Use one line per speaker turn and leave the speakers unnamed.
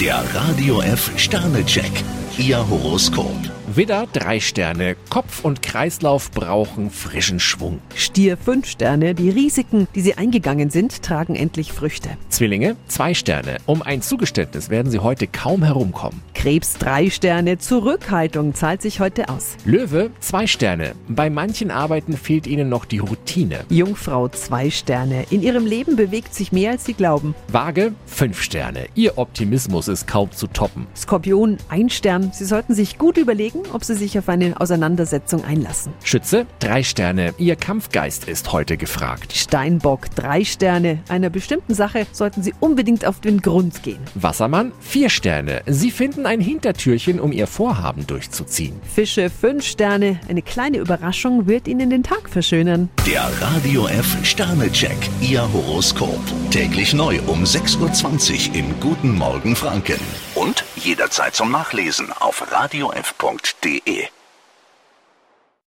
Der Radio F Sternecheck. Ihr Horoskop.
Widder, drei Sterne. Kopf und Kreislauf brauchen frischen Schwung.
Stier 5 Sterne, die Risiken, die Sie eingegangen sind, tragen endlich Früchte.
Zwillinge, zwei Sterne. Um ein Zugeständnis werden sie heute kaum herumkommen.
Krebs 3 Sterne, Zurückhaltung zahlt sich heute aus.
Löwe, zwei Sterne. Bei manchen Arbeiten fehlt ihnen noch die Routine.
Jungfrau 2 Sterne, in Ihrem Leben bewegt sich mehr als Sie glauben.
Waage, fünf Sterne. Ihr Optimismus ist kaum zu toppen.
Skorpion 1 Stern, Sie sollten sich gut überlegen, ob Sie sich auf eine Auseinandersetzung einlassen.
Schütze, drei Sterne. Ihr Kampfgeist ist heute gefragt.
Steinbock 3 Sterne, einer bestimmten Sache sollten Sie unbedingt auf den Grund gehen.
Wassermann, vier Sterne. Sie finden ein Hintertürchen, um ihr Vorhaben durchzuziehen.
Fische 5 Sterne, eine kleine Überraschung wird Ihnen den Tag verschönern.
Der Radio F Sternecheck. Ihr Horoskop. Täglich neu um 6.20 Uhr im Guten Morgen Franken. Und jederzeit zum Nachlesen auf radiof.de.